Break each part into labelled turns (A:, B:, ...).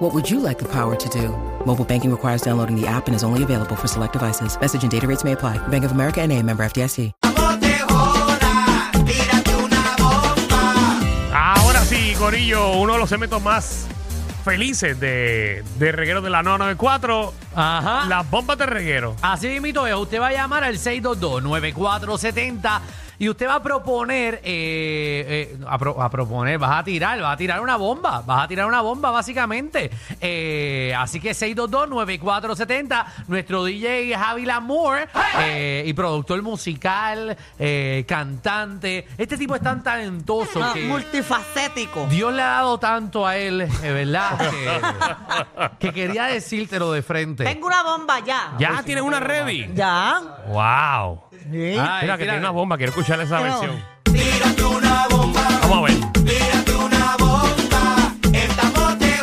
A: What would you like the power to do? Mobile banking requires downloading the app and is only available for select devices. Message and data rates may apply. Bank of America and a member FDIC.
B: Ahora sí, Corillo, uno de los segmentos más felices de, de reguero de la 994,
C: Ajá. Ah,
B: las bombas de reguero.
C: Así mito es, usted va a llamar al 622-9470 y usted va a proponer, eh, eh, a, pro- a proponer, vas a tirar, vas a tirar una bomba, vas a tirar una bomba básicamente. Eh, así que 622-9470, nuestro DJ Javi Lamour eh, y productor musical, eh, cantante, este tipo es tan talentoso
D: Ah,
C: que...
D: multifacético.
C: Dios le ha dado tanto a él, es verdad, que, que quería decírtelo de frente.
D: Tengo una bomba ya.
C: pues
B: Ya tienes una ready.
D: Ya.
B: Wow.
D: Sí.
C: Ay,
B: Ah, Mira que
C: tira-
B: tiene una bomba, quiero escuchar esa
D: Pero-
B: versión. Tírate una bomba. Vamos a ver. Tírate una bomba. Estamos de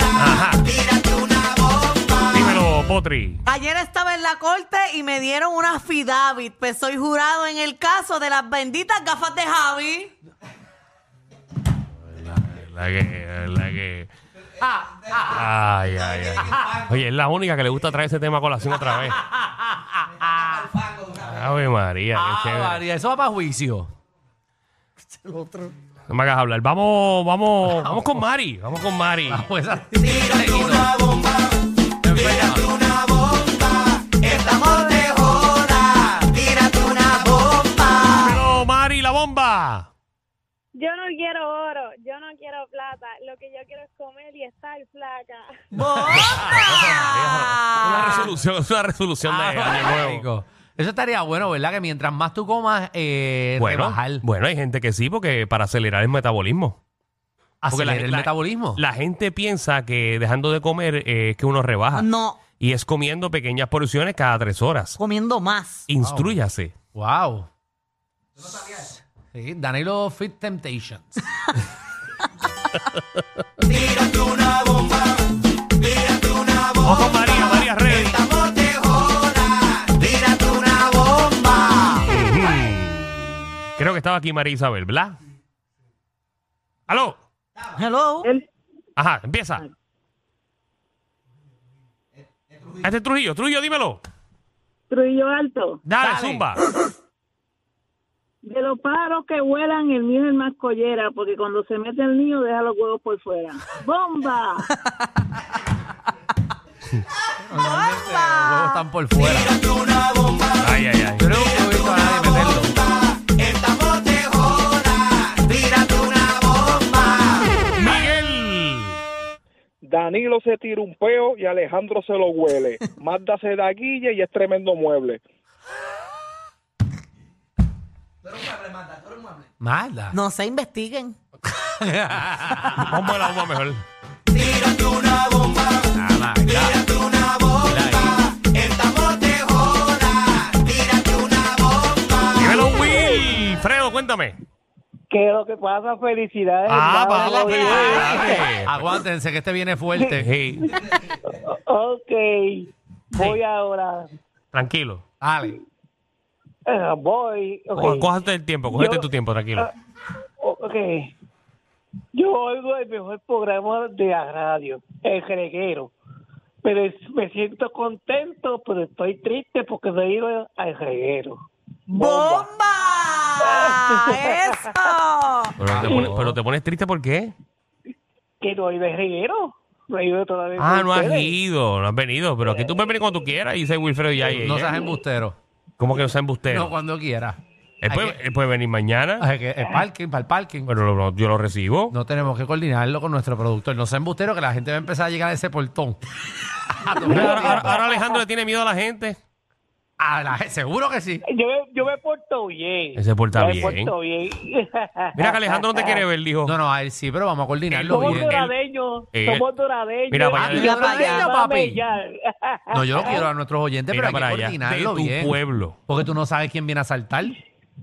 B: Ajá. Tírate una bomba. Dímelo, Potri.
D: Ayer estaba en la corte y me dieron una affidavit, pues soy jurado en el caso de las benditas gafas de Javi.
B: La que, la que.
C: Ah,
B: Ay, ay, ay. Oye, es la única que le gusta traer ese tema a colación otra vez. Ave María, qué
C: Ah,
B: chévere.
C: María, eso va para juicio.
B: No me hagas hablar. Vamos, vamos, vamos con Mari. Vamos con Mari.
C: Ah, pues, Seguido. Enferma.
B: Pero Mari, la bomba.
E: Yo no quiero oro, yo no quiero plata, lo que yo quiero es comer y estar flaca.
B: Ah, Una
D: ¡Bomba!
B: resolución, es una resolución de año
C: Ah,
B: nuevo.
C: rico. Eso estaría bueno, ¿verdad? Que mientras más tú comas, eh,
B: Bueno,
C: rebajar.
B: bueno, hay gente que sí, porque para acelerar el metabolismo. porque la-
C: Acelerar el
B: la-
C: metabolismo.
B: La gente piensa que dejando de comer eh, es que uno rebaja.
D: No,
B: Y es comiendo pequeñas porciones cada tres horas.
D: comiendo más.
B: Instruyase.
C: wow. Sí, Danilo Fit Temptations.
B: Vamos con María, María Rey. Creo que estaba aquí María Isabel, ¿verdad? ¡Aló!
D: Hello.
B: Ajá, empieza. Este es Trujillo, Trujillo, dímelo.
E: Trujillo alto,
B: Dale,
C: Dale.
B: zumba.
E: de los pájaros que vuelan, el mío es el más collera, porque cuando se mete el niño deja los huevos por fuera. ¡Bomba!
C: Normalmente los huevos están por fuera.
B: Ay, ay, ay.
C: Yo no he visto a nadie meterlo.
B: Miguel.
F: Danilo se tira un peo y Alejandro se lo huele. Magda se da guille y es tremendo mueble.
C: Mala.
D: No se investiguen.
B: Vamos a la bomba mejor. Ah, Dímelo, Will. Fredo, cuéntame.
F: ¿Qué es lo que pasa? Felicidades.
B: Ah,
F: Bravo,
B: vamos,
F: Gabriel.
B: Fredo.
C: Aguántense que este viene fuerte.
B: Hey,
F: Ok, voy
B: Sí.
F: ahora.
B: tranquilo.
C: Dale.
F: Eh, voy. ok.
B: Có- Cógete el tiempo, cógete
F: Yo-
B: tu tiempo, tranquilo.
F: Ah, o- ok. Yo oigo el mejor programa de la radio, El Reguero. Pero es- me siento contento, pero estoy triste porque no he ido al Reguero.
D: ¡Bomba! ¡Eso!
B: Pero te, pones, pero te pones triste, ¿por qué?
F: Que no he ido al Reguero. No he ido todavía.
B: Ah,
F: con
B: no has
F: ustedes.
B: ido, no has venido. Pero aquí tú puedes venir cuando tú quieras y dice Wilfredo ya.
C: No seas embustero.
B: ¿Cómo que no seas
C: No,
B: embustero?
C: cuando quiera.
B: Él
C: Hay
B: puede,
C: que-
B: él puede venir mañana,
C: hay que- El parking, para el parking.
B: pero lo- lo- yo lo recibo.
C: No tenemos que coordinarlo con nuestro productor. No sea embustero que la gente va a empezar a llegar a ese portón.
B: Ahora, ahora- ahora Alejandro le tiene miedo a la gente.
C: A la- seguro que sí.
F: Yo, me- yo me porto bien.
B: Él se porta
F: Yo
B: bien.
F: Me porto bien.
B: Mira que Alejandro no te quiere ver, dijo.
C: No, no, a él sí, pero vamos a coordinarlo
F: somos
C: bien.
F: duradeños.
B: él-
F: Somos duradeños.
B: Mira para
C: Ah, tú
B: allá.
C: ya para allá, papi. No, yo no quiero a nuestros oyentes,
B: Mira
C: pero
B: para
C: hay que
B: allá. De
C: coordinarlo
B: tu
C: bien.
B: pueblo.
C: Porque tú no sabes quién viene a saltar.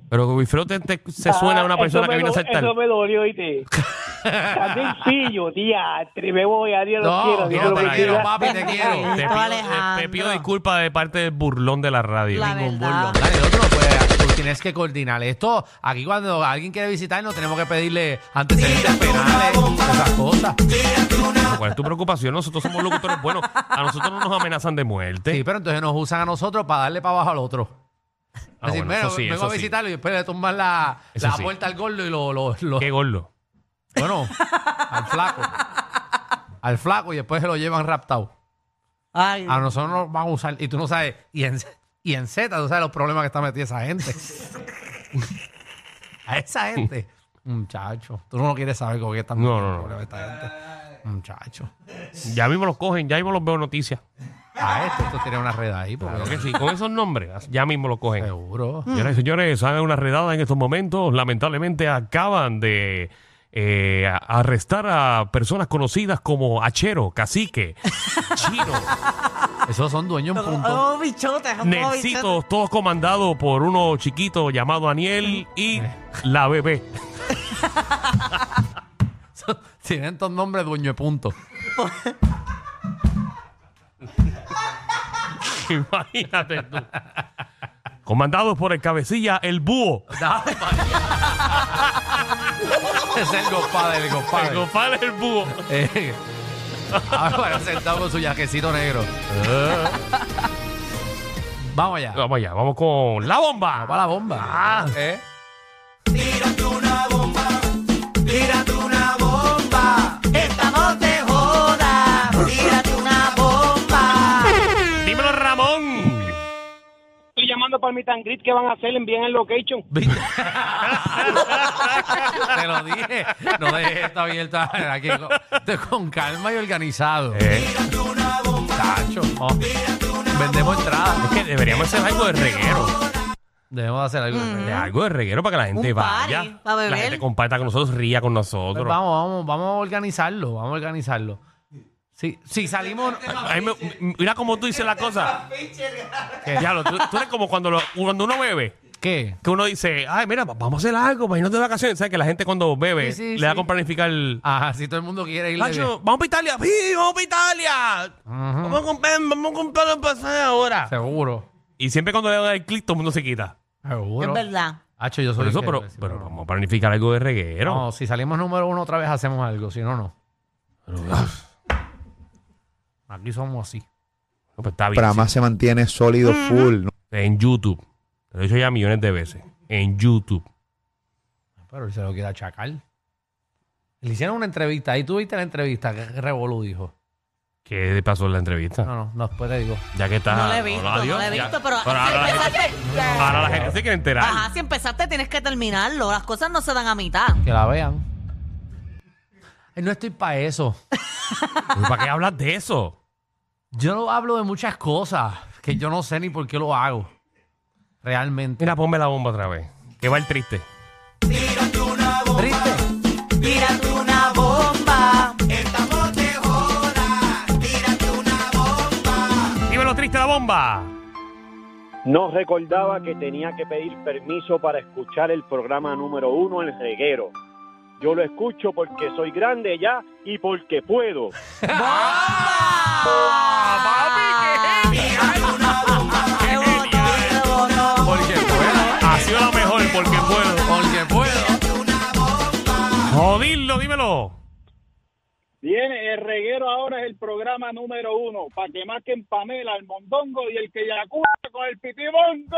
B: Pero Wilfredo te- te- se suena a
G: Ah,
B: una persona que viene a saltar.
F: Ah, Eso me dolió, ¿viste? También pillo, tía. Me voy, adiós,
C: No,
F: los quiero.
C: mira
F: Dios los
C: para allá,
F: bendiga.
C: papi, te quiero. Ah.
B: Te
D: Esto,
B: pido, eh,
D: Alejandro.
B: te pido disculpas de parte del burlón de la radio.
D: La
C: Ningún
D: verdad.
C: burlón. Dale, otro, pues tú tienes que coordinar esto. Aquí cuando alguien quiere visitarnos tenemos que pedirle antes de penales eh, esas cosas.
B: ¿Cuál es tu preocupación? Nosotros somos locutores buenos. A nosotros no nos amenazan de muerte.
C: Sí, pero entonces nos usan a nosotros para darle para abajo al otro.
B: Ah,
C: Es decir,
B: bueno,
C: mira,
B: eso sí,
C: vengo
B: eso
C: a
B: sí.
C: visitarlo y después le tomas la,
B: Eso
C: la
B: sí.
C: puerta al gordo y lo, lo- lo-
B: Qué gordo.
C: bueno, al flaco. Al flaco y después se lo llevan raptado.
D: Ay,
B: Ah,
C: A nosotros nos van a usar, y tú no sabes, y en, y en Z, tú sabes los problemas que está metida esa gente. a esa gente. Muchacho, tú no quieres saber con qué están
B: No,
C: metidos
B: no, no.
C: los problemas esta gente. Muchacho.
B: Ya mismo los cogen, ya mismo los veo noticias.
C: A esto, esto tiene una red ahí, porque
B: Claro que sí, con esos nombres, ya mismo los cogen.
C: seguro.
B: Señoras y señores, hagan una redada en estos momentos. Lamentablemente acaban de eh, a- arrestar a personas conocidas como Achero, Cacique, Chino,
C: Esos son dueños puntos.
D: oh, bichote, oh, bichote.
B: Nexito, todos comandados por uno chiquito llamado Daniel y la bebé.
C: Tienen estos nombres dueños de puntos.
B: Imagínate tú. Comandados por el cabecilla, el búho.
C: es el compadre, el
B: El
C: compadre.
B: compadre, el búho.
C: Eh, Ahora sentado con su yaquecito negro.
B: Eh.
C: Vamos allá.
B: Vamos allá, vamos con la bomba.
C: Para la bomba.
B: Ah.
C: Eh.
D: Estamos de joda. Tírate una bomba.
B: Dímelo, Ramón.
F: Estoy llamando para mi tangrit que van a hacer. Envíen el location.
C: Te lo dije. No dejes esto abierto aquí con, te- con calma y organizado.
B: Eh.
C: Tacho. no. Vendemos entradas.
B: Es que deberíamos hacer algo de reguero.
C: Debemos hacer algo.
D: Mm.
B: De algo de reguero para que la gente
D: Un party
B: vaya.
D: pa' beber.
B: La gente comparta con nosotros, ría con nosotros.
C: Pues vamos, vamos, vamos a organizarlo. Vamos a organizarlo. Si, si salimos.
B: Ay, me- m- mira cómo tú dices la cosa. Diablo, tú, tú eres como cuando, lo- cuando uno bebe.
C: ¿Qué?
B: Que uno dice, ay, mira, vamos a hacer algo, para irnos de vacaciones. ¿Sabes que la gente cuando bebe
C: Sí, sí,
B: le
C: sí.
B: da con planificar...
C: Ajá, Ah, si todo el mundo quiere ir.
B: Nacho, vamos para Italia. Sí, vamos para Italia. Vamos a comprar, vamos a comprar un pasaje ahora.
C: Seguro.
B: Y siempre cuando le dan el clic, todo el mundo se quita.
C: Seguro.
D: Es verdad.
C: Hacho, yo soy
B: Por eso,
C: el que-
B: pero,
C: sí,
B: pero
C: no.
B: vamos a planificar algo de reguero.
C: No, si salimos número uno otra vez hacemos algo. Si no, no. Aquí somos así.
B: No, pues está bien.
H: Prama se mantiene sólido, full. ¿no?
B: En YouTube. Te lo he dicho ya millones de veces. En YouTube.
C: Pero él se lo queda chacal. Le hicieron una entrevista. Ahí tú viste la entrevista que Revolú dijo.
B: ¿Qué pasó en la entrevista?
C: No, no, no, después te digo.
B: Ya que está.
D: No la he visto,
B: Hola,
D: no la he
B: adiós, ya.
D: visto, pero,
B: ahora,
D: si
B: ahora la gente,
D: empezaste,
B: ahora la gente se quiere enterar.
D: ajá, si empezaste tienes que terminarlo, las cosas no se dan a mitad.
C: Que la vean. Ay, no estoy para eso.
B: Uy, Pues, ¿Para qué hablas de eso?
C: Yo no hablo de muchas cosas que yo no sé ni por qué lo hago. Realmente.
B: Mira, ponme la bomba otra vez. Que va el triste.
C: Triste.
D: Tírate una bomba.
B: Dímelo triste la bomba.
I: No recordaba que tenía que pedir permiso para escuchar el programa número uno, El Reguero. Yo lo escucho porque soy grande ya y porque puedo.
C: Ah, Porque puedo.
B: Ha sido la mejor porque puedo.
C: Porque puedo.
B: Jodirlo, dímelo.
G: Viene el reguero ahora es el programa número uno, para que marquen Pamela, el mondongo y el que yacuta con el pitibongo.